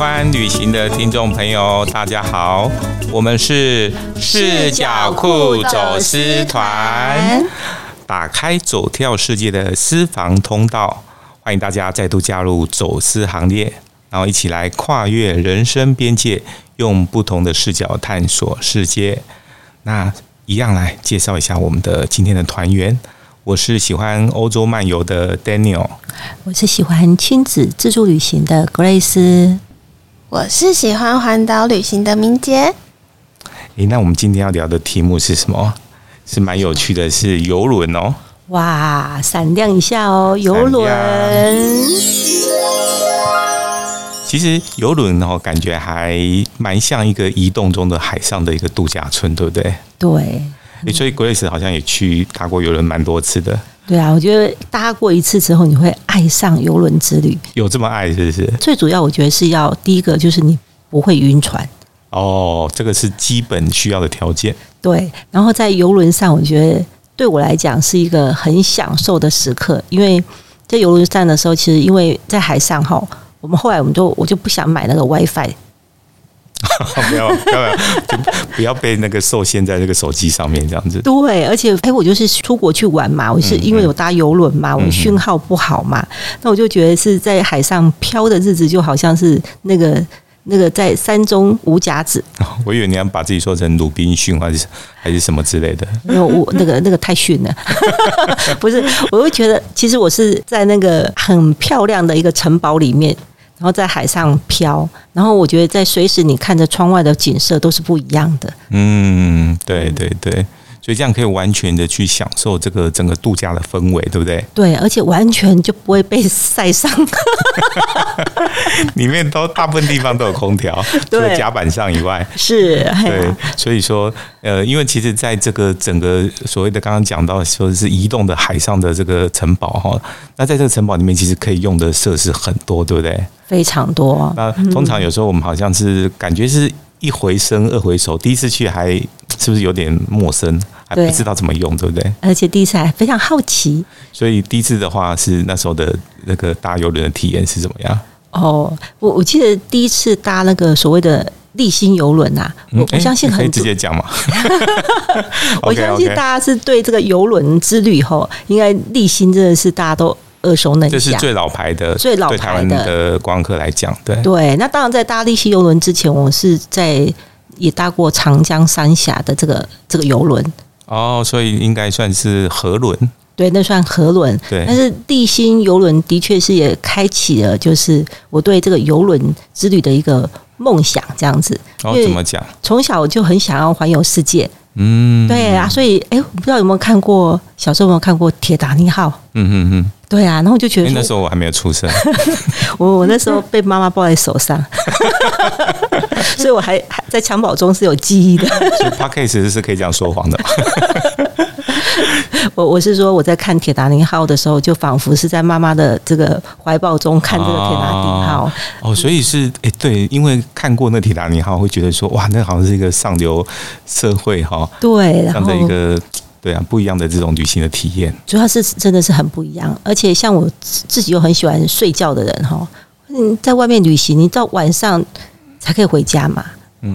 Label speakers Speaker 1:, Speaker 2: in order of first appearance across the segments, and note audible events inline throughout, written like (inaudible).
Speaker 1: 安旅行的听众朋友，大家好，我们是视角库走私团，打开走跳世界的私房通道，欢迎大家再度加入走私行列，然后一起来跨越人生边界，用不同的视角探索世界。那一样来介绍一下我们的今天的团员，我是喜欢欧洲漫游的 Daniel。
Speaker 2: 我是喜欢亲子自助旅行的 Grace。
Speaker 3: 我是喜欢环岛旅行的明杰，
Speaker 1: 诶，那我们今天要聊的题目是什么？是蛮有趣的，是游轮哦。
Speaker 2: 哇，闪亮一下哦，游
Speaker 1: 闪
Speaker 2: 轮！
Speaker 1: 其实游轮哦，感觉还蛮像一个移动中的海上的一个度假村，对不对？
Speaker 2: 对
Speaker 1: 诶所以 Grace 好像也去搭过游轮蛮多次的，
Speaker 2: 对啊，我觉得搭过一次之后，你会爱上游轮之旅。
Speaker 1: 有这么爱是不是？
Speaker 2: 最主要，我觉得是要第一个就是你不会晕船，
Speaker 1: 哦，这个是基本需要的条件。 (laughs)
Speaker 2: 对。然后在游轮上，我觉得对我来讲是一个很享受的时刻，因为在游轮上的时候，其实因为在海上哈，我们后来我们就我就不想买那个 WiFi，
Speaker 1: 不要不要就不要被那个受限在这个手机上面这样子。
Speaker 2: 对，而且哎、我就是出国去玩嘛，我是因为有搭游轮嘛，我讯号不好嘛，那我就觉得是在海上漂的日子，就好像是那个那个在山中无甲子，
Speaker 1: 我以为你要把自己说成鲁滨逊还是还是什么之类的。
Speaker 2: 没有我那个那个太逊了， (laughs) 不是，我会觉得其实我是在那个很漂亮的一个城堡里面。然后在海上漂，然后我觉得在随时你看着窗外的景色都是不一样的，
Speaker 1: 嗯，对对对，所以这样可以完全的去享受这个整个度假的氛围，对不对？
Speaker 2: 对，而且完全就不会被 (laughs) 晒伤。
Speaker 1: (laughs) 里面都大部分地方都有空 (laughs) 调，除
Speaker 2: 对
Speaker 1: 了甲板上以外。
Speaker 2: 是，哎呀
Speaker 1: 对，啊所以说，呃，因为其实在这个整个所谓的刚刚讲到说是移动的海上的这个城堡哈，那在这个城堡里面其实可以用的设施很多，对不对？
Speaker 2: 非常多。
Speaker 1: 那通常有时候我们好像是感觉是一回生二回熟，第一次去还是不是有点陌生，还
Speaker 2: 对
Speaker 1: 不知道怎么用，对不对？
Speaker 2: 而且第一次还非常好奇
Speaker 1: 所以第一次的话是那时候的那个搭游轮的体验是怎么样？
Speaker 2: 哦。我我记得第一次搭那个所谓的立新游轮啊，我我
Speaker 1: 嗯诶
Speaker 2: 相信
Speaker 1: 你可以
Speaker 2: 很
Speaker 1: 直
Speaker 2: 多，
Speaker 1: 接讲嘛。
Speaker 2: (laughs) 我
Speaker 1: (laughs) OK，OK
Speaker 2: 相信大家是对这个游轮之旅后，应该立新真的是大家都耳熟能
Speaker 1: 这是
Speaker 2: 详。
Speaker 1: 最老牌的，
Speaker 2: 最老牌
Speaker 1: 对台湾
Speaker 2: 的
Speaker 1: 的观光客来讲，对，
Speaker 2: 对，那当然在搭立新游轮之前，我是在也搭过长江三峡的这个这个游轮，
Speaker 1: 哦，所以应该算是河轮，
Speaker 2: 对，那算河轮。
Speaker 1: 对
Speaker 2: 但是地心游轮的确是也开启了，就是我对这个游轮之旅的一个梦想，这样子。
Speaker 1: 然
Speaker 2: 因
Speaker 1: 后
Speaker 2: 为
Speaker 1: 哦怎么讲？
Speaker 2: 从小就很想要环游世界，
Speaker 1: 嗯，
Speaker 2: 对啊，所以哎、诶我不知道有没有看过，小时候有没有看过《铁达尼号》？
Speaker 1: 嗯嗯嗯，
Speaker 2: 对啊，然后我就觉
Speaker 1: 因为
Speaker 2: 得说
Speaker 1: 那时候我还没有出生，
Speaker 2: 我我那时候被妈妈抱在手
Speaker 1: (laughs)
Speaker 2: 上， (laughs) 所以我还还在襁褓中是有记忆的。
Speaker 1: 所以
Speaker 2: (laughs)
Speaker 1: podcast 是可以这样说谎的嘛。
Speaker 2: 我我是说我在看《铁达尼号》的时候，就仿佛是在妈妈的这个怀抱中看这个《铁达尼号》
Speaker 1: 哦，所以是诶，对，因为看过那《铁达尼号》，会觉得说哇，那好像是一个上流社会哈、
Speaker 2: 对，
Speaker 1: 这
Speaker 2: 然
Speaker 1: 样
Speaker 2: 后
Speaker 1: 的一个对啊不一样的这种旅行的体验。
Speaker 2: 主要是真的是很不一样，而且像我自自己又很喜欢睡觉的人哈，嗯，在外面旅行，你到晚上才可以回家嘛，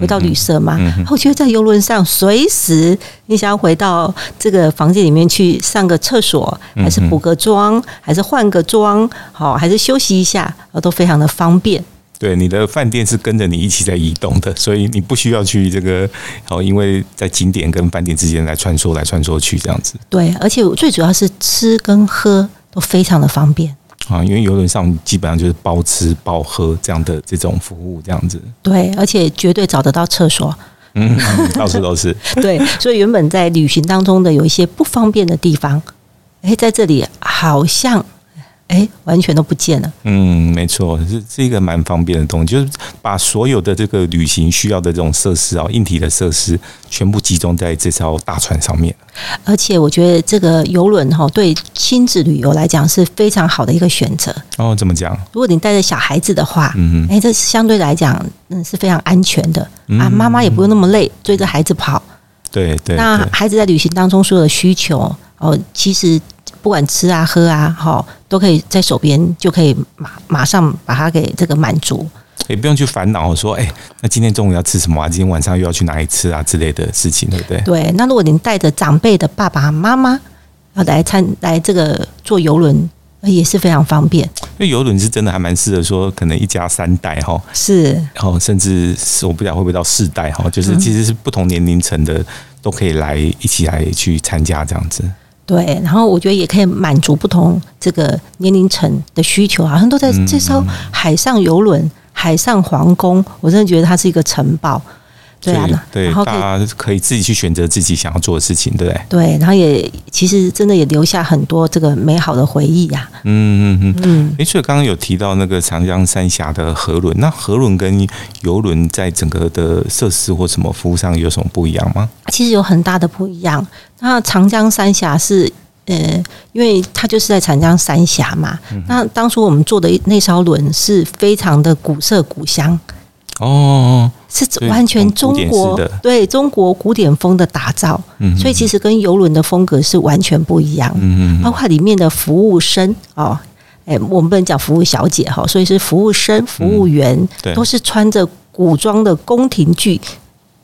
Speaker 2: 回到旅社嘛。
Speaker 1: 嗯哼
Speaker 2: 我觉得在游轮上，随时你想要回到这个房间里面去上个厕所，
Speaker 1: 嗯
Speaker 2: 还是补个妆，还是换个妆，好，还是休息一下，哦都非常的方便。
Speaker 1: 对，你的饭店是跟着你一起在移动的， (laughs) 所以你不需要去这个哦，因为在景点跟饭店之间来穿梭来穿梭去这样子
Speaker 2: 对，而且我最主要是吃跟喝都非常的方便。
Speaker 1: 啊，因为游轮上基本上就是包吃包喝这样的这种服务这样子，
Speaker 2: 对，而且绝对找得到厕
Speaker 1: (laughs)
Speaker 2: 所。 (laughs)
Speaker 1: 嗯，到处都是。
Speaker 2: 对，所以原本在旅行当中的有一些不方便的地方，哎，在这里好像哎完全都不见了。
Speaker 1: 嗯，没错，是是一个蛮方便的东西，就是把所有的这个旅行需要的这种设施啊，硬体的设施，全部集中在这艘大船上面。
Speaker 2: 而且我觉得这个游轮哈、对亲子旅游来讲是非常好的一个选择。
Speaker 1: 哦，怎么讲？
Speaker 2: 如果你带着小孩子的话，
Speaker 1: 嗯
Speaker 2: 哎，这相对来讲嗯是非常安全的啊，妈妈也不用那么累追着孩子跑。
Speaker 1: 对嗯对
Speaker 2: 那
Speaker 1: 对，
Speaker 2: 孩子在旅行当中所有的需求哦，其实不管吃啊喝啊，哈、都可以在手边就可以马马上把它给这个满足。
Speaker 1: 也不用去烦恼说，哎、那今天中午要吃什么啊？今天晚上又要去哪里吃啊之类的事情，对不对？
Speaker 2: 对，那如果您带着长辈的爸爸妈妈要来参来这个坐游轮，呃也是非常方便。
Speaker 1: 因为游轮是真的还蛮适合说，可能一家三代哈，
Speaker 2: 是，
Speaker 1: 然后甚至是我不知道会不会到四代哈，
Speaker 2: 嗯
Speaker 1: 就是其实是不同年龄层的都可以来一起来去参加这样子。
Speaker 2: 对。然后我觉得也可以满足不同这个年龄层的需求，好像都在
Speaker 1: 嗯
Speaker 2: 这艘海上游轮、海上皇宫，我真的觉得它是一个城堡。对啊
Speaker 1: 所以，对，
Speaker 2: 然后可以
Speaker 1: 大家可以自己去选择自己想要做的事情，对不对？
Speaker 2: 对，然后也其实真的也留下很多这个美好的回忆啊呀、
Speaker 1: 嗯嗯嗯。
Speaker 2: 嗯，
Speaker 1: 诶，所以刚刚有提到那个长江三峡的河轮，那河轮跟游轮在整个的设施或什么服务上有什么不一样吗？
Speaker 2: 其实有很大的不一样。那长江三峡是。呃，因为它就是在长江三峡嘛。
Speaker 1: 嗯
Speaker 2: 那当初我们坐的那艘轮是非常的古色古香，
Speaker 1: 哦，
Speaker 2: 是
Speaker 1: 所以
Speaker 2: 完全
Speaker 1: 很古
Speaker 2: 中
Speaker 1: 典
Speaker 2: 国
Speaker 1: 式的
Speaker 2: 对中国古典风的打造，
Speaker 1: 嗯，
Speaker 2: 所以其实跟游轮的风格是完全不一样。
Speaker 1: 嗯，嗯
Speaker 2: 包
Speaker 1: 嗯，
Speaker 2: 括里面的服务生哦，哎，我们不能讲服务小姐哈，所以是服务生、服务员、
Speaker 1: 嗯对
Speaker 2: 都是穿着古装的宫廷剧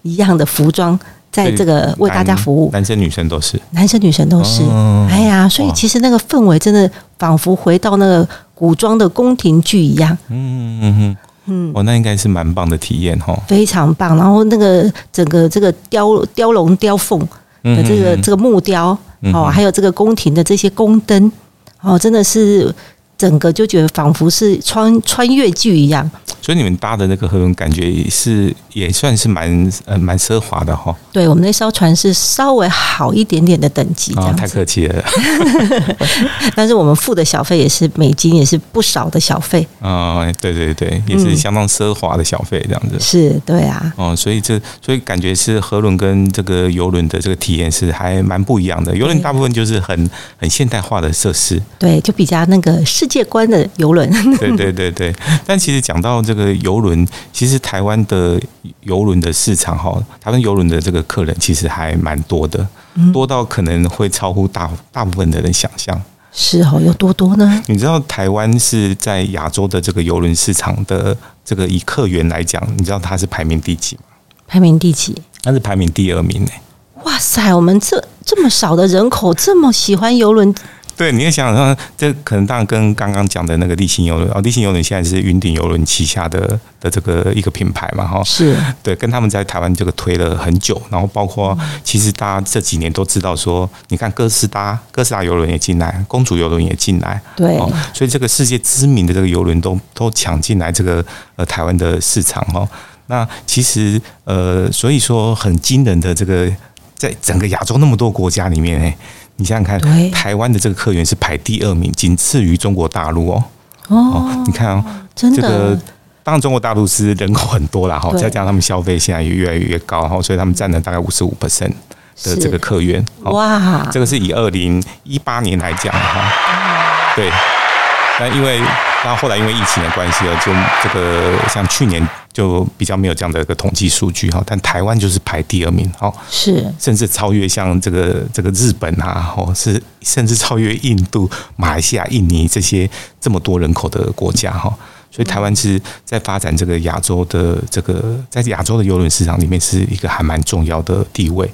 Speaker 2: 一样的服装，在这个为大家服务，
Speaker 1: 男生女生都是，
Speaker 2: 男生女生都是。
Speaker 1: 哦
Speaker 2: 哎呀，所以
Speaker 1: 哇
Speaker 2: 其实那个氛围真的仿佛回到那个古装的宫廷剧一样，
Speaker 1: 嗯嗯嗯嗯，哦，那应该是蛮棒的体验哈。
Speaker 2: 非常棒。然后那个整个这个雕雕龙雕凤的
Speaker 1: 嗯
Speaker 2: 这个
Speaker 1: 嗯嗯
Speaker 2: 这个木雕
Speaker 1: 嗯
Speaker 2: 哦，
Speaker 1: 哼
Speaker 2: 还有这个宫廷的这些宫灯哦，真的是整个就觉得仿佛是穿穿越剧一样。
Speaker 1: 所以你们搭的那个河轮，感觉是也算是蛮呃蛮奢华的哈。
Speaker 2: 对我们那艘船是稍微好一点点的等级这
Speaker 1: 啊，
Speaker 2: 样
Speaker 1: 太
Speaker 2: 子，
Speaker 1: 客气了
Speaker 2: 但是我们付的小费也是美金，也是不少的小费。
Speaker 1: 啊、对对对，也是
Speaker 2: 嗯
Speaker 1: 相当奢华的小费这样子。
Speaker 2: 是对啊，
Speaker 1: 哦，所以这所以感觉是河轮跟这个游轮的这个体验是还蛮不一样的。游轮大部分就是很很现代化的设施，
Speaker 2: 对，就比较那个世界观的游轮。 (laughs)
Speaker 1: 对对对对。但其实讲到这个游轮，其实台湾的游轮的市场哈，台湾游轮的这个客人其实还蛮多的，多到可能会超乎大大部分的人想象。
Speaker 2: 是哦，有多多呢？
Speaker 1: 你知道台湾是在亚洲的这个游轮市场的这个以客源来讲，你知道它是排名第几吗？
Speaker 2: 排名第几？
Speaker 1: 它是排名第二名呢、
Speaker 2: 哇塞，我们这这么少的人口，这么喜欢游轮，
Speaker 1: 对，你也想想，这可能当然跟刚刚讲的那个立新游轮哦，立新游轮现在是云顶游轮旗下的的这个一个品牌嘛，哈，
Speaker 2: 是
Speaker 1: (laughs) 对，跟他们在台湾这个推了很久，然后包括
Speaker 2: 嗯
Speaker 1: 其实大家这几年都知道说，你看哥斯达哥斯达游轮也进来，公主游轮也进来，
Speaker 2: 对
Speaker 1: 哦，所以这个世界知名的这个游轮都都抢进来这个呃台湾的市场哦。那其实呃，所以说很惊人的这个，在整个亚洲那么多国家里面，哎，你想想
Speaker 2: 对
Speaker 1: 看，台湾的这个客源是排第二名，仅次于中国大陆哦。哦
Speaker 2: 哦，，
Speaker 1: 你看哦，
Speaker 2: 真
Speaker 1: 这
Speaker 2: 的、
Speaker 1: 个当然中国大陆是人口很多啦，哈，
Speaker 2: 对
Speaker 1: 再加上他们消费现在也越来越高，哈，所以他们占了大概五十五 percent 的
Speaker 2: 是
Speaker 1: 这个客源，哦，
Speaker 2: 哇，
Speaker 1: 这个是以二零一八年来讲哈，对，那因为那后来因为疫情的关系哦，就这个像去年就比较没有这样的一个统计数据哈，但台湾就是排第二名，哦，
Speaker 2: 是
Speaker 1: 甚至超越像这个这个日本啊，哦，是甚至超越印度、马来西亚、印尼这些这么多人口的国家哈、
Speaker 2: 嗯
Speaker 1: 所以台湾是在发展这个亚洲的这个在亚洲的邮轮市场里面是一个还蛮重要的地位。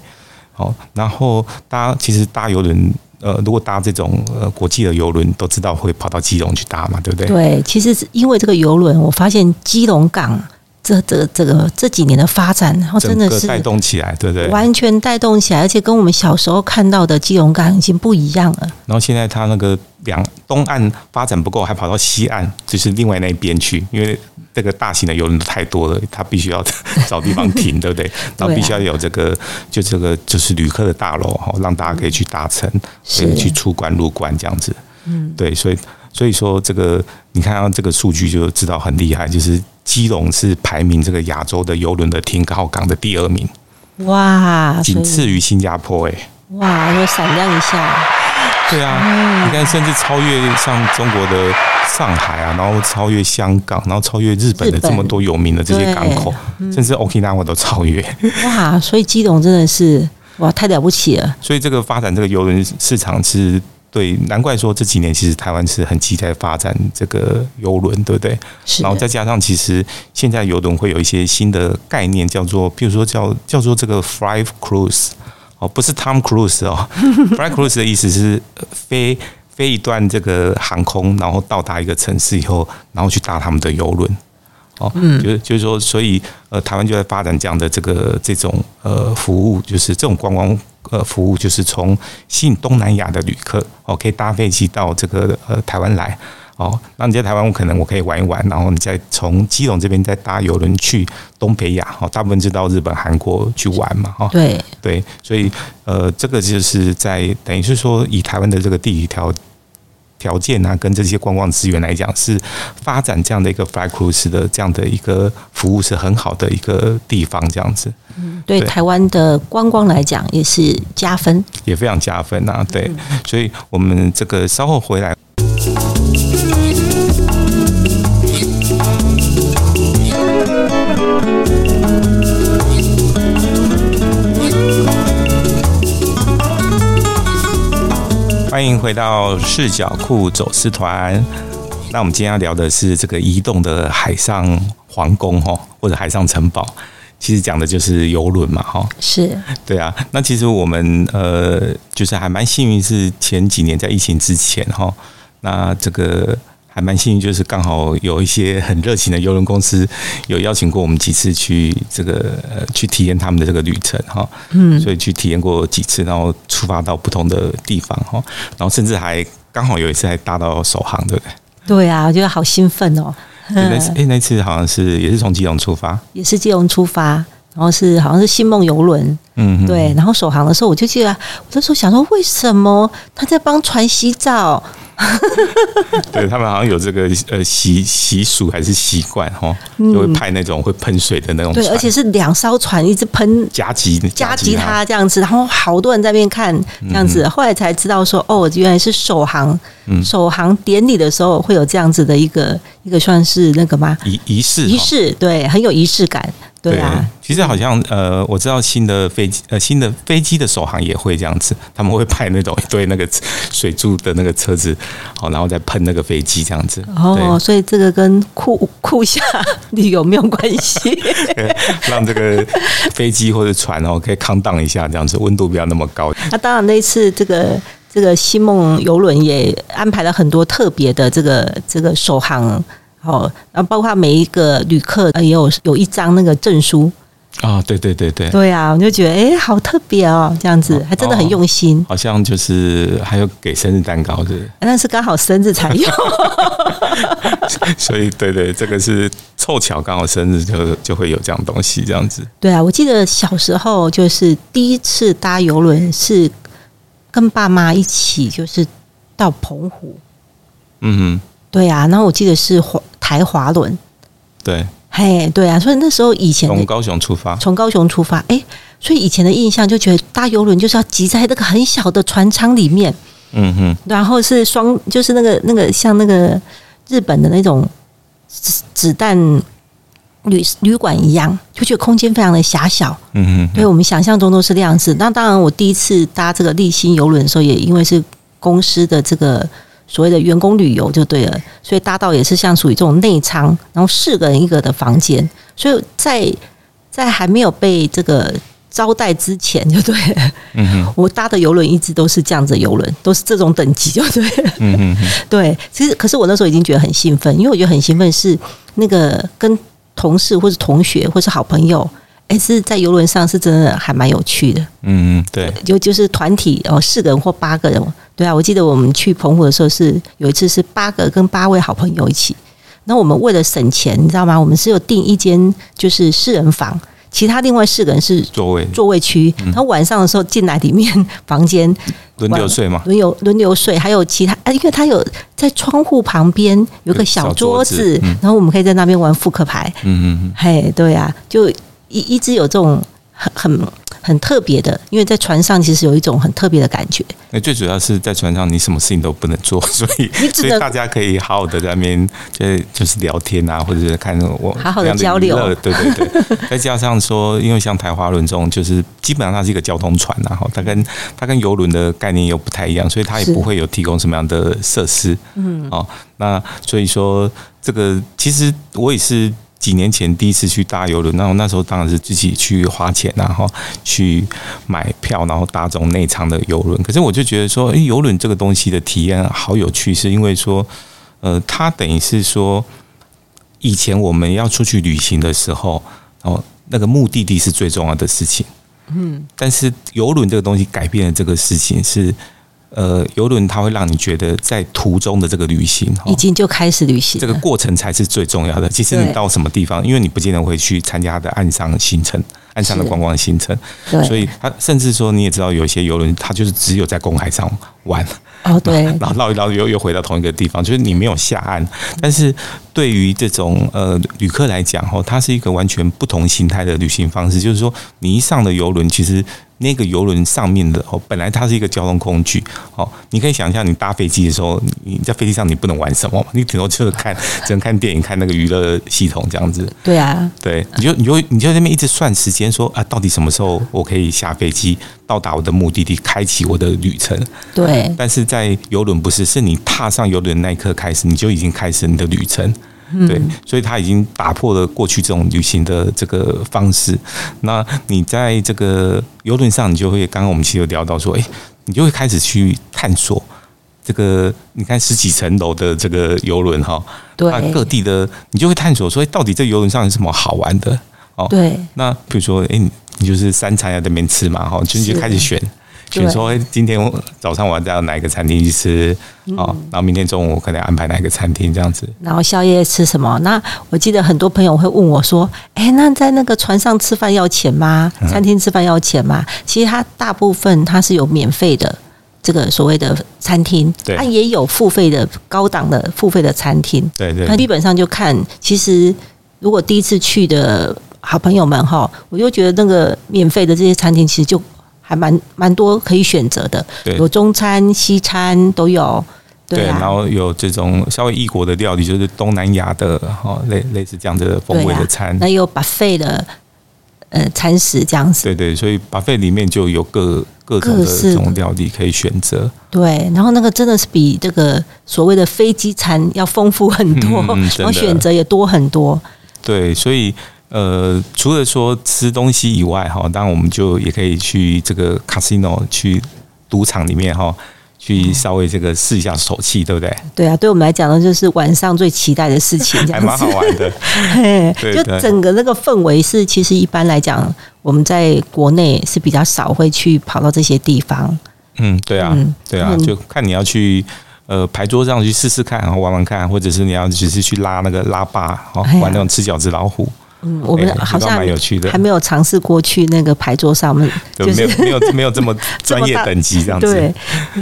Speaker 1: 好，然后搭其实搭邮轮，呃，如果搭这种呃国际的邮轮，都知道会跑到基隆去搭嘛，对不对？
Speaker 2: 对，哦其实是因为这个游轮，我发现基隆港这这这个这几年的发展，然后真的
Speaker 1: 整个
Speaker 2: 是
Speaker 1: 带动起来，对不对？
Speaker 2: 完全带动起来，而且跟我们小时候看到的基隆港已经不一样了。
Speaker 1: 然后现在它那个两东岸发展不够，还跑到西岸，就是另外那一边去，因为这个大型的游轮太多了，它必须要找地方停， (laughs) 对不啊对？然后必须要有这个，就这个就是旅客的大楼哈，让大家可以去搭乘，可
Speaker 2: 是
Speaker 1: 以去出关入关这样子。嗯，对，所以所以说这个你看到这个数据就知道很厉害，就是基隆是排名这个亚洲的游轮的停靠港的第二名，
Speaker 2: 哇，所
Speaker 1: 仅
Speaker 2: 以
Speaker 1: 次于新加坡、欸，
Speaker 2: 哇，又闪亮一下，
Speaker 1: 对啊，你看，甚至超越像中国的上海啊，然后超越香港，然后超越日本的
Speaker 2: 日本
Speaker 1: 这么多有名的这些港口，甚至 Okinawa 都超越。 (laughs)
Speaker 2: 哇，所以基隆真的是哇太了不起了，
Speaker 1: 所以这个发展这个邮轮市场是。对，难怪说这几年其实台湾是很积极在发展这个游轮，对不对？
Speaker 2: 是
Speaker 1: 然后再加上，其实现在游轮会有一些新的概念，叫做，比如说叫叫做这个 Fly Cruise 哦，不是 Tom Cruise 哦 (laughs) ，Fly Cruise 的意思是呃飞飞一段这个航空，然后到达一个城市以后，然后去搭他们的游轮。哦，就是就是说，所以呃，台湾就在发展这样的这个这种呃服务，就是这种观光呃服务，就是从吸引东南亚的旅客哦，可以搭飞机到这个呃台湾来哦。那你在台湾，我可能我可以玩一玩，然后你再从基隆这边再搭游轮去东北亚哦，大部分是到日本、韩国去玩嘛哦。
Speaker 2: 对，
Speaker 1: 对，所以呃，这个就是在等于是说，以台湾的这个地理条条件啊，跟这些观光资源来讲，是发展这样的一个 fly cruise 的这样的一个服务是很好的一个地方，这样子
Speaker 2: 对
Speaker 1: 对
Speaker 2: 台湾的观光来讲也是加分。
Speaker 1: 也非常加分啊。对，所以我们这个稍后回来。欢迎回到视角库走私团。那我们今天要聊的是这个移动的海上皇宫哈，或者海上城堡，其实讲的就是游轮嘛哈。
Speaker 2: 是
Speaker 1: 对啊，那其实我们呃，就是还蛮幸运，是前几年在疫情之前哈，那这个还蛮幸运，就是刚好有一些很热情的邮轮公司有邀请过我们几次去这个呃去体验他们的这个旅程哈，嗯，所以去体验过几次，然后出发到不同的地方哈，然后甚至还刚好有一次还搭到首航，对不对？
Speaker 2: 对啊，我觉得好兴奋哦。
Speaker 1: 对那次诶，那次好像是也是从基隆出发，
Speaker 2: 也是基隆出发，然后是好像是星梦游轮，
Speaker 1: 嗯哼，
Speaker 2: 对，然后首航的时候我就记得，我那时候想说为什么他在帮船洗澡？
Speaker 1: 对他们好像有这个呃习习俗还是习惯哈，就会派那种会喷水的那种船，
Speaker 2: 嗯对，而且是两艘船一直喷。
Speaker 1: 夹击
Speaker 2: 加吉他嗯这样子，然后好多人在那边看这样子，后来才知道说，哦，原来是首航，首航典礼的时候会有这样子的一个一个算是那个吗？
Speaker 1: 仪仪式
Speaker 2: 仪
Speaker 1: 哈
Speaker 2: 式，对，很有仪式感，对啊，
Speaker 1: 其实好像呃，我知道新的飞机呃新的飞机的首航也会这样子，他们会派那种一堆那个水柱的那个车子，好，然后再喷那个飞机这样子，
Speaker 2: 哦，所以这个跟酷酷夏旅游没有关系。
Speaker 1: 对，让这个飞机或者船哦可以抗荡一下这样子，温度不要那么高。
Speaker 2: (laughs) 那当然，那一次这个这个西梦游轮也安排了很多特别的这个这个首航。哦，然后包括每一个旅客呃也有有一张那个证书，
Speaker 1: 啊、对对对对，
Speaker 2: 对啊，我就觉得哎，好特别哦，这样子
Speaker 1: 哦
Speaker 2: 还真的很用心，
Speaker 1: 好像就是还有给生日蛋糕是不是。
Speaker 2: 但是刚好生日才
Speaker 1: (laughs)
Speaker 2: 有，
Speaker 1: 所以，对对，这个是凑巧，刚好生日就就会有这样东西，这样子。
Speaker 2: 对啊，我记得小时候就是第一次搭游轮是跟爸妈一起，就是到澎湖，
Speaker 1: 嗯
Speaker 2: 对啊，然后我记得是华台华轮，
Speaker 1: 哼，对，
Speaker 2: 嘿，对啊，所以那时候以前的
Speaker 1: 从高雄出发，
Speaker 2: 从高雄出发，哎、所以以前的印象就觉得搭游轮就是要挤在那个很小的船舱里面，
Speaker 1: 嗯哼，
Speaker 2: 然后是双，就是那个那个像那个日本的那种子子弹旅旅馆一样，就觉得空间非常的狭小。
Speaker 1: 嗯哼，
Speaker 2: 对我们想象中都是那样子。那当然，我第一次搭这个立新游轮的时候，也因为是公司的这个所谓的员工旅游就对了，所以搭到也是像属于这种内舱，然后四个人一个的房间，所以在在还没有被这个。招待之前就对了，
Speaker 1: 嗯哼，
Speaker 2: 我搭的游轮一直都是这样子的游轮，都是这种等级就对了。
Speaker 1: 嗯哼，
Speaker 2: 对，其实可是我那时候已经觉得很兴奋，因为我觉得很兴奋是那个跟同事或是同学或是好朋友，哎、是在游轮上是真的还蛮有趣的，
Speaker 1: 嗯哼，对，
Speaker 2: 尤就是团体哦，四个人或八个人，对啊，我记得我们去澎湖的时候是有一次是八个跟八位好朋友一起，那我们为了省钱，你知道吗？我们是有订一间就是四人房，其他另外四个人是
Speaker 1: 座位
Speaker 2: 座位区，然后晚上的时候进来里面 (laughs) 房间
Speaker 1: 轮流睡嘛，
Speaker 2: 轮流轮流睡，还有其他啊，因为它有在窗户旁边有个小桌
Speaker 1: 小
Speaker 2: 子，
Speaker 1: 桌子嗯
Speaker 2: 然后我们可以在那边玩扑克牌。
Speaker 1: 嗯哼，
Speaker 2: 嘿，对啊，就一一直有这种很很很特别的，因为在船上其实有一种很特别的感觉。
Speaker 1: 那哎最主要是在船上，你什么事情都不能做， (laughs) 所以
Speaker 2: 你只
Speaker 1: 所以
Speaker 2: 能
Speaker 1: 大家可以好好的在那边，就是就是聊天啊，或者是看我
Speaker 2: 好好地交流
Speaker 1: 这样的娱乐对对对。再加上说，因为像台华轮这种，就是基本上它是一个交通船、啊，然后它跟它跟游轮的概念又不太一样，所以它也
Speaker 2: 是
Speaker 1: 不会有提供什么样的设施。嗯，哦，那所以说这个其实我也是。几年前第一次去搭游轮，那我那时候当然是自己去花钱、然后去买票，然后搭这种内舱的游轮。可是我就觉得说，诶，游轮这个东西的体验好有趣，是因为说，呃，它等于是说，以前我们要出去旅行的时候，哦，那个目的地是最重要的事情。嗯，但是游轮这个东西改变了这个事情是，呃，游轮它会让你觉得在途中的这个旅行，哦
Speaker 2: 已经就开始旅行
Speaker 1: 这个
Speaker 2: 了，
Speaker 1: 过程才是最重要的。其实
Speaker 2: 对
Speaker 1: 你到什么地方，因为你不见得会去参加它的岸上行程、岸上的
Speaker 2: 是
Speaker 1: 观光行程，所
Speaker 2: 对，
Speaker 1: 以它甚至说你也知道，有一些游轮它就是只有在公海上玩，
Speaker 2: 哦对
Speaker 1: (laughs) 然，后绕一绕又又回到同一个地方，就是你没有下岸。但是对于这种呃旅客来讲，哦，它是一个完全不同形态的旅行方式。就是说，你一上了游轮，其实那个游轮上面的哦，本来它是一个交通工具哦，你可以想象你搭飞机的时候，你你在飞机上你不能玩什么嘛，你顶多就是看只能看电影、看那个娱乐系统这样子。
Speaker 2: 对啊，
Speaker 1: 对，你就你就你就在那边一直算时间，说啊，到底什么时候我可以下飞机到达我的目的地，开启我的旅程？
Speaker 2: 对
Speaker 1: 但是在游轮不是，是你踏上游轮那一刻开始，你就已经开始你的旅程。
Speaker 2: 嗯
Speaker 1: 对，所以它已经打破了过去这种旅行的这个方式。那你在这个游轮上，你就会刚刚我们其实有聊到说，诶，你就会开始去探索这个，你看十几层楼的这个游轮哈，
Speaker 2: 对
Speaker 1: 它各地的，你就会探索说，诶到底这游轮上有什么好玩的？哦，
Speaker 2: 对
Speaker 1: 那比如说，哎、你你就是三餐要在那边吃嘛，哈，就你就是开始选。
Speaker 2: 对
Speaker 1: 选说，哎、今天我早上我要到哪一个餐厅去吃？
Speaker 2: 嗯
Speaker 1: 哦，然后明天中午我可能安排哪一个餐厅这样子。
Speaker 2: 然后宵夜吃什么？那我记得很多朋友会问我说：“哎，那在那个船上吃饭要钱吗？
Speaker 1: 嗯
Speaker 2: 餐厅吃饭要钱吗？”其实它大部分它是有免费的这个所谓的餐厅，
Speaker 1: 对
Speaker 2: 它也有付费的高档的付费的餐厅。
Speaker 1: 对对
Speaker 2: 那基本上就看，其实如果第一次去的好朋友们哈，我就觉得那个免费的这些餐厅其实就还蛮蛮多可以选择的，
Speaker 1: 对
Speaker 2: 有中餐、西餐都有。
Speaker 1: 对，
Speaker 2: 啊
Speaker 1: 然，后有这种稍微异国的料理，就是东南亚的，哦，类类似这样的风
Speaker 2: 对
Speaker 1: 味
Speaker 2: 啊
Speaker 1: 的餐。
Speaker 2: 那也有 buffet 的呃餐食这样子，
Speaker 1: 对对，所以 buffet 里面就有各各种
Speaker 2: 各
Speaker 1: 的这
Speaker 2: 式
Speaker 1: 种料理可以选择。
Speaker 2: 对，然后那个真的是比这个所谓的飞机餐要丰富很多，
Speaker 1: 嗯嗯真的
Speaker 2: 然后选择也多很多，
Speaker 1: 对，所以呃，除了说吃东西以外，哈，当然我们就也可以去这个 casino 去赌场里面哈，去稍微这个试一下手气，对不对？
Speaker 2: 对啊，对我们来讲呢，就是晚上最期待的事情，
Speaker 1: (laughs)
Speaker 2: 这
Speaker 1: 还
Speaker 2: 样
Speaker 1: 蛮
Speaker 2: 子
Speaker 1: 好，玩的。
Speaker 2: 嘿
Speaker 1: (laughs) 对
Speaker 2: 就
Speaker 1: 对
Speaker 2: 整个那个氛围是，其实一般来讲，我们在国内是比较少会去跑到这些地方，
Speaker 1: 嗯，对啊
Speaker 2: 嗯，
Speaker 1: 对啊，
Speaker 2: 嗯
Speaker 1: 就看你要去。呃，牌桌上去试试看，然后玩玩看，或者是你要只是去拉那个拉霸，哦
Speaker 2: 哎呀，
Speaker 1: 玩那种吃饺子老虎，
Speaker 2: 嗯，我们
Speaker 1: 哎
Speaker 2: 好
Speaker 1: 这倒
Speaker 2: 像
Speaker 1: 蛮有趣的
Speaker 2: 还没有尝试过去那个牌桌上，我们
Speaker 1: 对，
Speaker 2: 就
Speaker 1: 没
Speaker 2: 是
Speaker 1: 有没有没有这么
Speaker 2: (laughs) 这
Speaker 1: 专
Speaker 2: 么
Speaker 1: 业
Speaker 2: 大
Speaker 1: 等级这样子。
Speaker 2: 对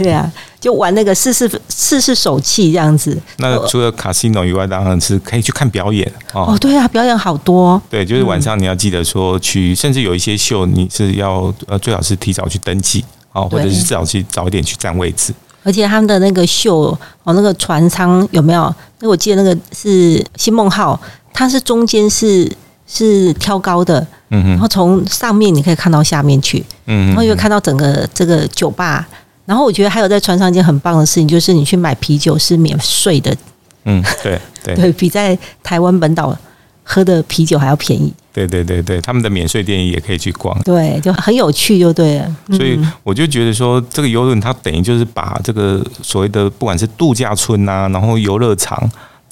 Speaker 2: 对啊，就玩那个试试试试手气这样子。
Speaker 1: 那除了 casino 以外，当然是可以去看表演哦
Speaker 2: 哦，对啊，表演好多，
Speaker 1: 对，就是
Speaker 2: 嗯
Speaker 1: 晚上你要记得说去，甚至有一些秀你是要呃最好是提早去登记啊，或者
Speaker 2: 对
Speaker 1: 是至少去早一点去占位置。
Speaker 2: 而且他们的那个秀哦，那个船舱有没有？那我记得那个是星梦号，它是中间是是挑高的，
Speaker 1: 嗯
Speaker 2: 然
Speaker 1: 哼，
Speaker 2: 后从上面你可以看到下面去，
Speaker 1: 嗯
Speaker 2: 然后
Speaker 1: 哼，
Speaker 2: 就看到整个这个酒吧。然后我觉得还有在船上一件很棒的事情，就是你去买啤酒是免税的，
Speaker 1: 嗯，
Speaker 2: (laughs)
Speaker 1: 对对
Speaker 2: 对比在台湾本岛喝的啤酒还要便宜，
Speaker 1: 对对对对，他们的免税店也可以去逛。
Speaker 2: 对，就很有趣，就对了。嗯
Speaker 1: 所以我就觉得说，这个游轮它等于就是把这个所谓的不管是度假村啊，然后游乐场，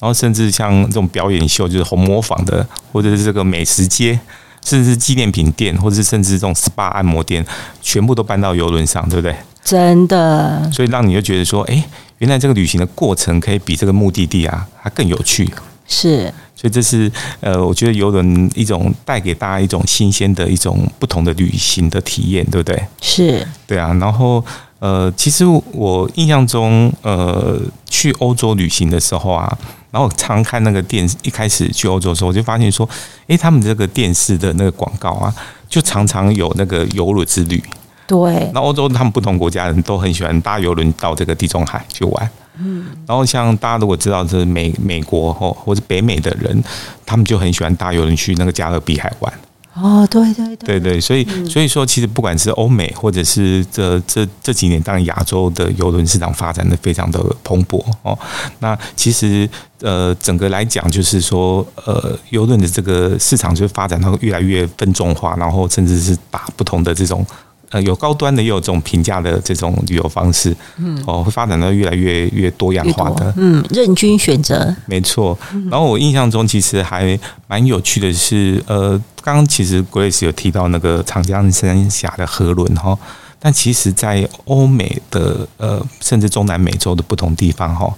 Speaker 1: 然后甚至像这种表演秀，就是红模仿的，或者是这个美食街，甚至是纪念品店，或者是甚至这种 SPA 按摩店，全部都搬到游轮上，对不对？
Speaker 2: 真的，
Speaker 1: 所以让你就觉得说，哎、原来这个旅行的过程可以比这个目的地啊，它更有趣。
Speaker 2: 是
Speaker 1: 所以这是呃，我觉得游轮一种带给大家一种新鲜的一种不同的旅行的体验，对不对？
Speaker 2: 是，
Speaker 1: 对啊，然后呃，其实我印象中，呃，去欧洲旅行的时候啊，然后我常看那个电视，一开始去欧洲的时候，我就发现说，诶，他们这个电视的那个广告啊，就常常有那个游轮之旅。
Speaker 2: 对，
Speaker 1: 那欧洲他们不同国家人都很喜欢搭游轮到这个地中海去玩。嗯，然后像大家如果知道是美美国或或者北美的人，他们就很喜欢搭游轮去那个加勒比海玩。
Speaker 2: 哦，对对
Speaker 1: 对
Speaker 2: 对，
Speaker 1: 嗯对，所以所以说，其实不管是欧美或者是这这这几年，当然亚洲的游轮市场发展的非常的蓬勃哦。那其实呃，整个来讲，就是说呃，游轮的这个市场就发展到越来越分众化，然后甚至是把不同的这种。呃，有高端的，也有这种平价的这种旅游方式，嗯，哦，会发展到越来越呃越多样
Speaker 2: 越
Speaker 1: 化
Speaker 2: 多
Speaker 1: 的，
Speaker 2: 嗯，任君选择，
Speaker 1: 没错。然后我印象中其实还蛮有趣的是，呃，刚刚其实 Grace 有提到那个长江三峡的河轮哈，但其实在欧美的呃，甚至中南美洲的不同地方哈，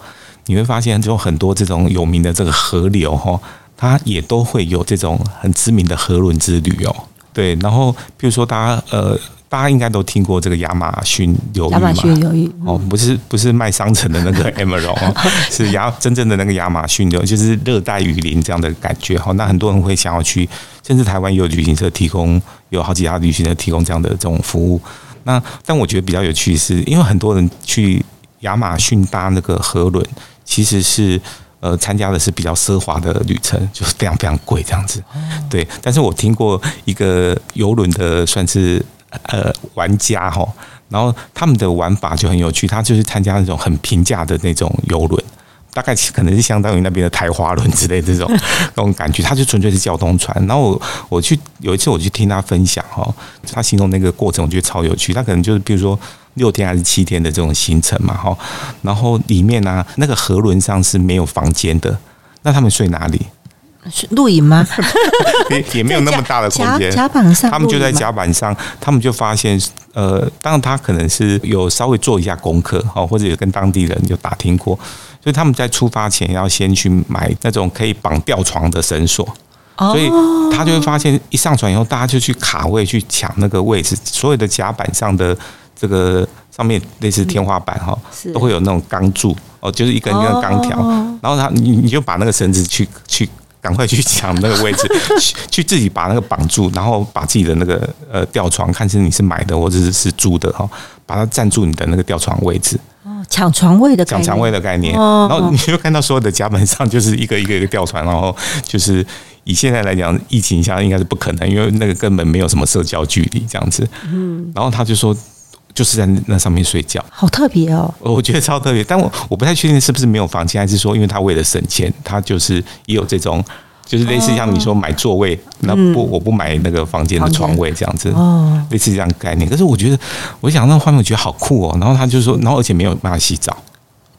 Speaker 1: 你会发现就很多这种有名的这个河流哈，它也都会有这种很知名的河轮之旅哦。对，然后比如说大家呃，大家应该都听过这个亚马逊流域嘛，
Speaker 2: 亚马逊流域，
Speaker 1: 哦，不是不是卖商城的那个 Emerald，哦是亚真正的那个亚马逊的，就是热带雨林这样的感觉哈。那很多人会想要去，甚至台湾也有旅行社提供，有好几家旅行社提供这样的这种服务。那但我觉得比较有趣是，因为很多人去亚马逊搭那个河轮，其实是。呃，参加的是比较奢华的旅程，就是非常非常贵这样子，对。但是我听过一个游轮的算是呃玩家哈，然后他们的玩法就很有趣，他就是参加那种很平价的那种游轮，大概可能是相当于那边的台华轮之类这种那种感觉，他就纯粹是交通船。然后我我去有一次我去听他分享哈，他形容那个过程我觉得超有趣，他可能就是比如说。六天还是七天的这种行程嘛，哈，然后里面呢、那个河轮上是没有房间的，那他们睡哪里？
Speaker 2: 是露
Speaker 1: (laughs)
Speaker 2: 营吗？
Speaker 1: 也也没有那么大的空
Speaker 2: 甲
Speaker 1: 间，
Speaker 2: 甲板上，
Speaker 1: 他们就在。甲板上，他们就发现，呃，当然他可能是有稍微做一下功课哦，或者有跟当地人有打听过，所以他们在出发前要先去买那种可以绑吊床的绳索，
Speaker 2: 哦
Speaker 1: 所以他就会发现，一上船以后，大家就去卡位去抢那个位置，所有的甲板上的这个上面类似天花板哈
Speaker 2: 是，
Speaker 1: 都会有那种钢柱哦，就是一根一根钢条，
Speaker 2: 哦
Speaker 1: 然后他你你就把那个绳子去去。赶快去抢那个位
Speaker 2: (laughs)
Speaker 1: 置，去去自己把那个绑住，然后把自己的那个呃吊床，看是你是买的或者是是租的哈、哦，把它占住你的那个吊床位置。
Speaker 2: 哦抢床位的概
Speaker 1: 讲
Speaker 2: 念，
Speaker 1: 肠胃的概念，
Speaker 2: 哦
Speaker 1: 然后你就看到所有的甲板上就是一个一个一个吊船，然后就是以现在来讲，疫情下应该是不可能，因为那个根本没有什么社交距离这样子。嗯，然后他就说，就是在那上面睡觉，
Speaker 2: 好特别哦。
Speaker 1: 我觉得超特别，但我我不太确定是不是没有房间，还是说因为他为了省钱，他就是也有这种。就是类似像你说买座位，那不、我不买那个房间的
Speaker 2: 房间
Speaker 1: 床位这样子，
Speaker 2: 嗯哦
Speaker 1: 类似这样的概念。可是我觉得，我想那个画面我觉得好酷哦。然后他就说，然后而且没有办法洗澡，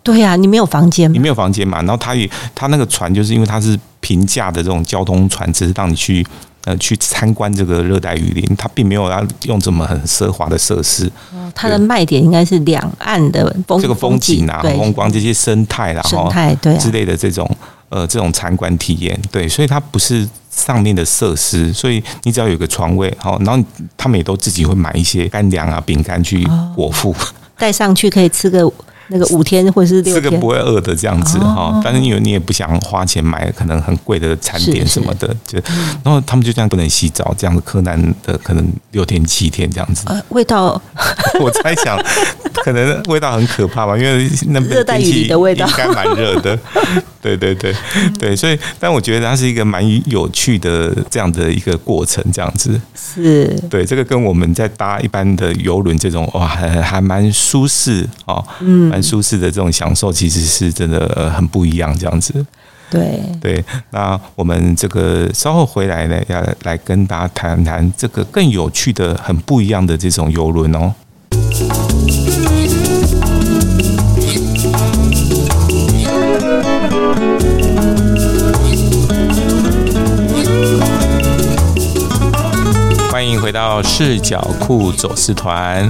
Speaker 2: 对呀、你没有房间
Speaker 1: 你
Speaker 2: 吗？
Speaker 1: 没有房间嘛，然后他也他那个船就是因为它是平价的这种交通船，只是让你去呃去参观这个热带雨林，它并没有要用这么很奢华的设施，
Speaker 2: 它的卖点应该是两岸的嗯风
Speaker 1: 这个风景啊、
Speaker 2: 对
Speaker 1: 风光这些生态啦、
Speaker 2: 生
Speaker 1: 哈
Speaker 2: 态对啊
Speaker 1: 之类的这种呃这种参观体验，对，所以它不是上面的设施，所以你只要有个床位，好，然后他们也都自己会买一些干粮啊、饼干去
Speaker 2: 哦
Speaker 1: 果腹。
Speaker 2: 带上去可以吃个那个五天或者是六
Speaker 1: 这个
Speaker 2: 天哦
Speaker 1: 不，会饿的这样子哈，但是因为你也不想花钱买可能很贵的餐点
Speaker 2: 哦是是
Speaker 1: 什么的，就然后他们就这样不能洗澡，这样子柯南的可能六天七天这样子，
Speaker 2: 呃味道
Speaker 1: (laughs) 我猜想可能味道很可怕吧，因为那边
Speaker 2: 热带雨
Speaker 1: 天气
Speaker 2: 林的味道
Speaker 1: 应该蛮热
Speaker 2: (laughs)
Speaker 1: 的，对对对对，所以但我觉得它是一个蛮有趣的这样的一个过程，这样子，
Speaker 2: 是
Speaker 1: 对，这个跟我们在搭一般的游轮这种哇，还还蛮舒适哦，嗯，蛮舒适的这种享受，其实是真的呃很不一样这样子。
Speaker 2: 对
Speaker 1: 对，那我们这个稍后回来呢，要来跟大家谈谈这个更有趣的、很不一样的这种游轮哦。欢迎回到视角库走私团。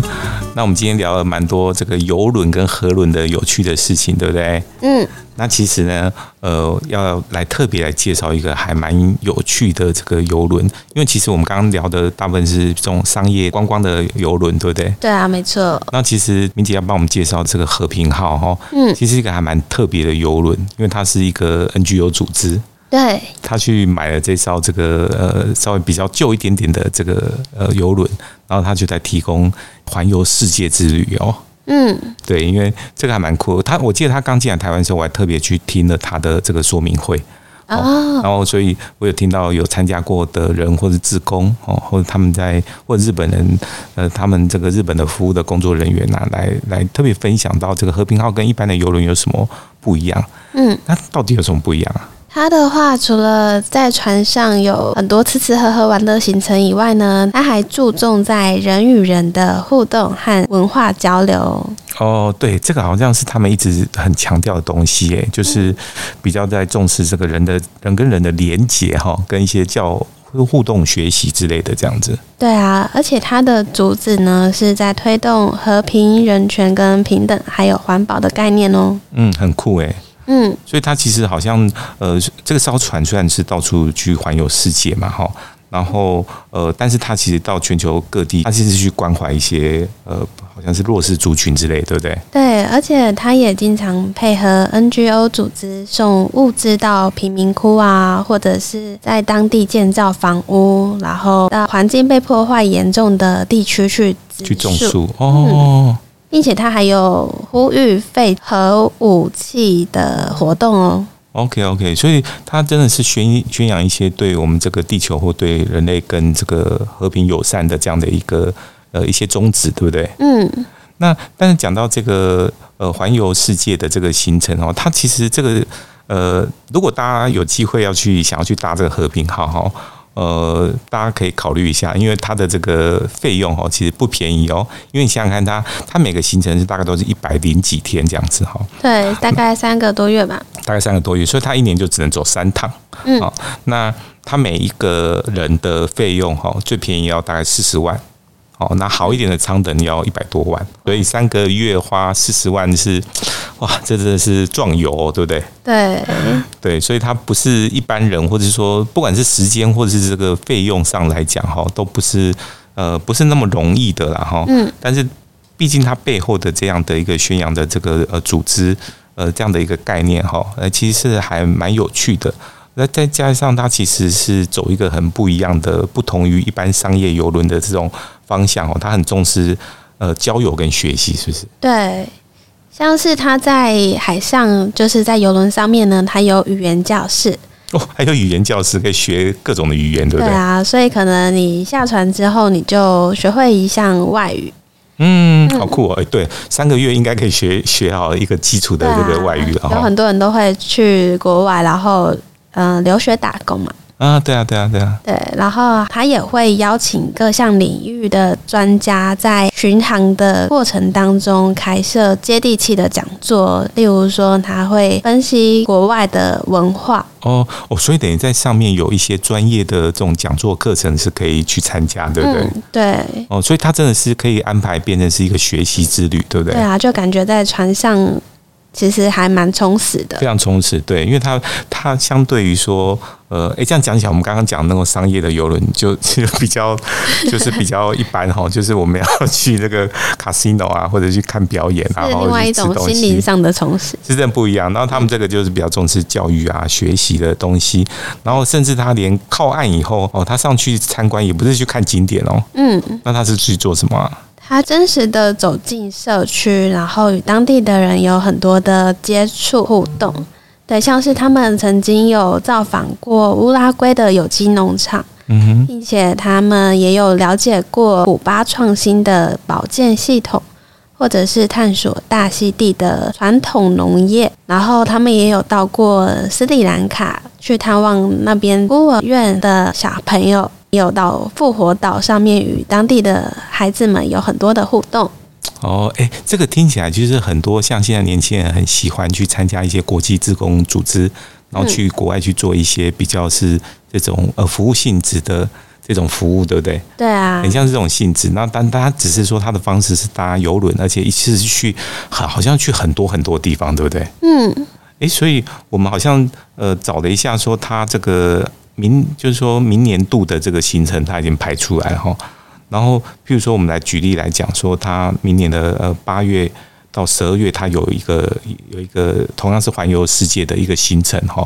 Speaker 1: 那我们今天聊了蛮多这个游轮跟河轮的有趣的事情，对不对？
Speaker 3: 嗯，
Speaker 1: 那其实呢，呃，要来特别来介绍一个还蛮有趣的这个游轮，因为其实我们刚刚聊的大部分是这种商业观光的游轮，对不对？
Speaker 3: 对啊，没错，
Speaker 1: 那其实明姐要帮我们介绍这个和平号哈，
Speaker 3: 嗯
Speaker 1: 其实一个还蛮特别的游轮，因为它是一个 NGO 组织，
Speaker 3: 对，
Speaker 1: 他去买了这艘这个呃稍微比较旧一点点的这个呃游轮，然后他就在提供环游世界之旅哦。
Speaker 3: 嗯，
Speaker 1: 对，因为这个还蛮酷的。他我记得他刚进来台湾的时候，我还特别去听了他的这个说明会。哦，然后所以我有听到有参加过的人，或是志工哦，或者他们在或者日本人，呃，他们这个日本的服务的工作人员啊，来来特别分享到这个和平号跟一般的游轮有什么不一样？
Speaker 3: 嗯，
Speaker 1: 那到底有什么不一样啊？
Speaker 3: 它的话，除了在船上有很多吃吃喝喝、玩乐行程以外呢，它还注重在人与人的互动和文化交流。
Speaker 1: 哦，对，这个好像是他们一直很强调的东西，诶，就是比较在重视这个人的人跟人的连结哈，跟一些叫互动学习之类的这样子。
Speaker 3: 对啊，而且它的主旨呢是在推动和平、人权跟平等，还有环保的概念哦。
Speaker 1: 嗯，很酷诶。
Speaker 3: 嗯，
Speaker 1: 所以他其实好像呃，这个艘船虽然是到处去环游世界嘛，哈。然后，呃，但是他其实到全球各地，他其实去关怀一些，呃，好像是弱势族群之类，对不对？
Speaker 3: 对，而且它也经常配合 NGO 组织送物资到贫民窟啊，或者是在当地建造房屋，然后到环境被破坏严重的地区去植
Speaker 1: 去种树哦，
Speaker 3: 并且它还有呼吁废核武器的活动哦。
Speaker 1: OK OK，所以他真的是宣宣扬一些对我们这个地球或对人类跟这个和平友善的这样的一个呃一些宗旨，对不对？
Speaker 3: 嗯，
Speaker 1: 那但是讲到这个呃环游世界的这个行程哦，它其实这个呃，如果大家有机会要去想要去搭这个和平号哈、哦。呃，大家可以考虑一下，因为它的这个费用哦，其实不便宜哦。因为你想想看它，它每个行程是大概都是一百零几天这样子哈、哦。
Speaker 3: 对，大概三个多月吧。
Speaker 1: 大概三个多月，所以他一年就只能走三趟。
Speaker 3: 嗯
Speaker 1: 好、那他每一个人的费用哈，最便宜要大概四十万。哦，那好一点的舱等要一百多万，所以三个月花四十万是，哇，这真的是壮游、哦，对不对？
Speaker 3: 对，
Speaker 1: 对，所以它不是一般人，或者说不管是时间或者是这个费用上来讲哈，都不是呃不是那么容易的啦哈。
Speaker 3: 嗯，
Speaker 1: 但是毕竟它背后的这样的一个宣扬的这个呃组织呃这样的一个概念哈，呃其实是还蛮有趣的。那再加上它其实是走一个很不一样的，不同于一般商业游轮的这种方向哦，它很重视呃交友跟学习，是不是？
Speaker 3: 对，像是他在海上，就是在游轮上面呢，他有语言教室。
Speaker 1: 哦，还有语言教师可以学各种的语言，对不对？
Speaker 3: 啊，所以可能你下船之后，你就学会一项外语。
Speaker 1: 嗯，好酷哦！哎，对，三个月应该可以学学好一个基础的这个
Speaker 3: 啊
Speaker 1: 外语哦了
Speaker 3: 有
Speaker 1: 哈
Speaker 3: 很。多人都会去国外，然后嗯、呃留学打工嘛。
Speaker 1: 啊，对啊，对啊，对啊，
Speaker 3: 对，然后他也会邀请各项领域的专家，在巡航的过程当中开设接地气的讲座，例如说他会分析国外的文化，
Speaker 1: 哦哦，所以等于在上面有一些专业的这种讲座课程是可以去参加，对不对？
Speaker 3: 嗯，对，
Speaker 1: 哦，所以它真的是可以安排变成是一个学习之旅，对不对？
Speaker 3: 对啊，就感觉在船上其实还蛮充实的
Speaker 1: 非，常充实，对，因为它它相对于说，呃，诶，这样讲起来，我们刚刚讲那种商业的游轮，就就比较就是比较一般哈，就是我们要 (laughs) 去那个 casino 啊，或者去看表演啊，
Speaker 3: 是
Speaker 1: 或者
Speaker 3: 另外
Speaker 1: 去
Speaker 3: 一
Speaker 1: 吃
Speaker 3: 种
Speaker 1: 东
Speaker 3: 心
Speaker 1: 西
Speaker 3: 灵上的充实。
Speaker 1: 是真的不一样。然后他们这个就是比较重视教育啊、学习的东西，然后甚至他连靠岸以后哦，他上去参观也不是去看景点哦，
Speaker 3: 嗯，
Speaker 1: 那他是去做什么、啊？
Speaker 3: 他真实的走进社区，然后与当地的人有很多的接触互动。对，像是他们曾经有造访过乌拉圭的有机农场，
Speaker 1: 嗯哼，
Speaker 3: 并且他们也有了解过古巴创新的保健系统，或者是探索大溪地的传统农业。然后他们也有到过斯里兰卡去探望那边孤儿院的小朋友，也有到复活岛上面与当地的孩子们有很多的互动。
Speaker 1: 哦，哎，这个听起来就是很多像现在年轻人很喜欢去参加一些国际志工组织，然后去国外去做一些比较是这种呃服务性质的这种服务，对不对？
Speaker 3: 对啊
Speaker 1: 很，像这种性质。那但但他只是说他的方式是搭游轮，而且一次去好好像去很多很多地方，对不对？
Speaker 3: 嗯，
Speaker 1: 诶，所以我们好像呃找了一下，说他这个明就是说明年度的这个行程他已经排出来了哈。然后，譬如说我们来举例来讲，说他明年的呃八月到十二月，他有一个有一个同样是环游世界的一个行程哈。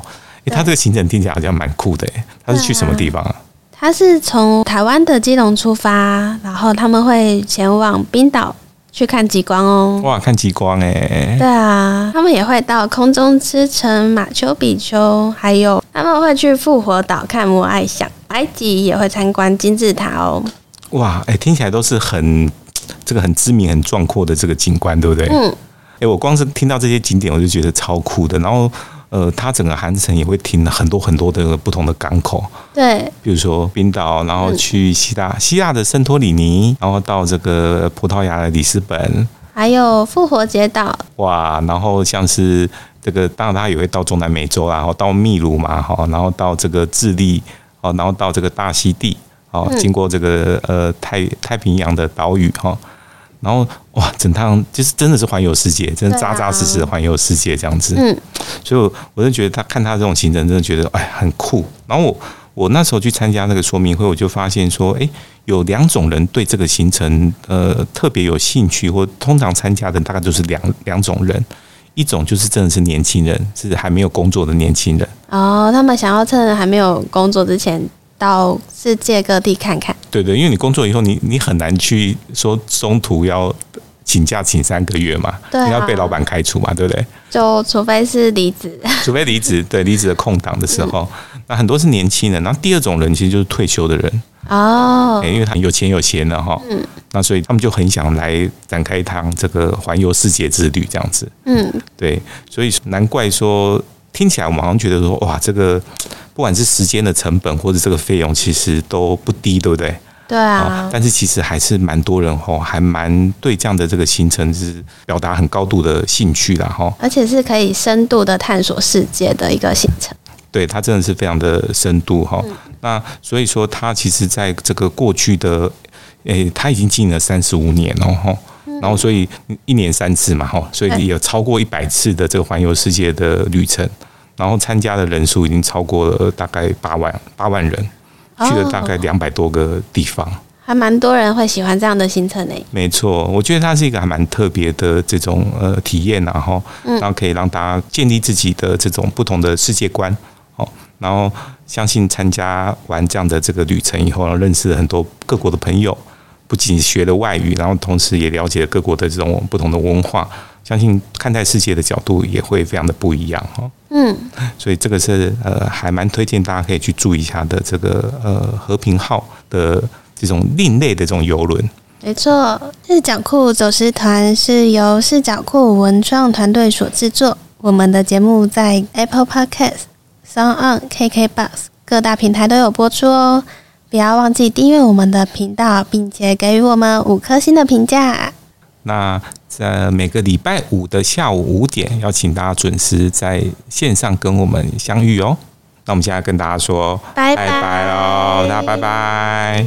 Speaker 1: 诶，他这个行程听起来好像蛮酷的诶，他是去什么地方啊？
Speaker 3: 他是从台湾的基隆出发，然后他们会前往冰岛去看极光哦。
Speaker 1: 哇，看极光诶，
Speaker 3: 对啊，他们也会到空中之城马丘比丘，还有他们会去复活岛看摩艾像，埃及也会参观金字塔哦。
Speaker 1: 哇，诶，听起来都是很这个很知名、很壮阔的这个景观，对不对？
Speaker 3: 嗯，
Speaker 1: 哎、我光是听到这些景点，我就觉得超酷的。然后，呃，它整个航程也会停很多很多的不同的港口，
Speaker 3: 对，
Speaker 1: 比如说冰岛，然后去希腊，希腊的圣托里尼，然后到这个葡萄牙的里斯本，
Speaker 3: 还有复活节岛，
Speaker 1: 哇，然后像是这个，当然它也会到中南美洲啦，然后到秘鲁嘛，哈，然后到这个智利，哦，然后到这个大溪地，哦，
Speaker 3: 嗯
Speaker 1: 经过这个呃太太平洋的岛屿，哈、然后哇，整趟就是真的是环游世界，真的
Speaker 3: 对啊
Speaker 1: 扎扎实实的环游世界这样子。
Speaker 3: 嗯，
Speaker 1: 所以我我就觉得他看他这种行程，真的觉得哎很酷。然后我我那时候去参加那个说明会，我就发现说，哎，有两种人对这个行程呃特别有兴趣，或通常参加的大概就是两两种人，一种就是真的是年轻人，是还没有工作的年轻人。
Speaker 3: 哦，他们想要趁还没有工作之前到世界各地看看。
Speaker 1: 对对，因为你工作以后你，你很难去说中途要请假请三个月嘛，
Speaker 3: 对啊
Speaker 1: 你要被老板开除嘛，对
Speaker 3: (laughs)
Speaker 1: 不对？
Speaker 3: 就除非是离职，
Speaker 1: 除非离职，对离职的空档的时候，
Speaker 3: 嗯
Speaker 1: 那很多是年轻人，然后第二种人其实就是退休的人，
Speaker 3: 哦
Speaker 1: 欸，因为他有钱有闲了哈，
Speaker 3: 嗯
Speaker 1: 那所以他们就很想来展开一趟这个环游世界之旅，这样子，
Speaker 3: 嗯，
Speaker 1: 对，所以难怪说听起来我们好像觉得说，哇，这个不管是时间的成本或者这个费用，其实都不低，对不对？
Speaker 3: 对啊，
Speaker 1: 但是其实还是蛮多人吼，还蛮对这样的这个行程是表达很高度的兴趣啦哈。
Speaker 3: 而且是可以深度的探索世界的一个行程。
Speaker 1: 对，它真的是非常的深度哈、那所以说，它其实在这个过去的，诶、它已经经营了三十五年哦哈。然后，所以一年三次嘛，哈，所
Speaker 3: 对
Speaker 1: 以有超过一百次的这个环游世界的旅程，然后参加的人数已经超过了大概八万八万人，去了大概两百多个地方。
Speaker 3: 还蛮多人会喜欢这样的行程呢。
Speaker 1: 没错，我觉得它是一个还蛮特别的这种呃体验、然后然后可以让大家建立自己的这种不同的世界观，哦，然后相信参加完这样的这个旅程以后，然后认识了很多各国的朋友，不仅学了外语，然后同时也了解了各国的这种不同的文化，相信看待世界的角度也会非常的不一样哦。
Speaker 3: 嗯，
Speaker 1: 所以这个是呃，还蛮推荐大家可以去注意一下的这个呃和平号的这种另类的这种游轮。
Speaker 3: 没错，视角库走失团是由视角库文创团队所制作。我们的节目在 Apple Podcast、Sound On、KKBox 各大平台都有播出哦。不要忘记订阅我们的频道，并且给予我们五颗星的评价。
Speaker 1: 那在每个礼拜五的下午五点，要请大家准时在线上跟我们相遇哦。那我们现在跟大家说
Speaker 3: 拜
Speaker 1: 拜喽，大家拜拜。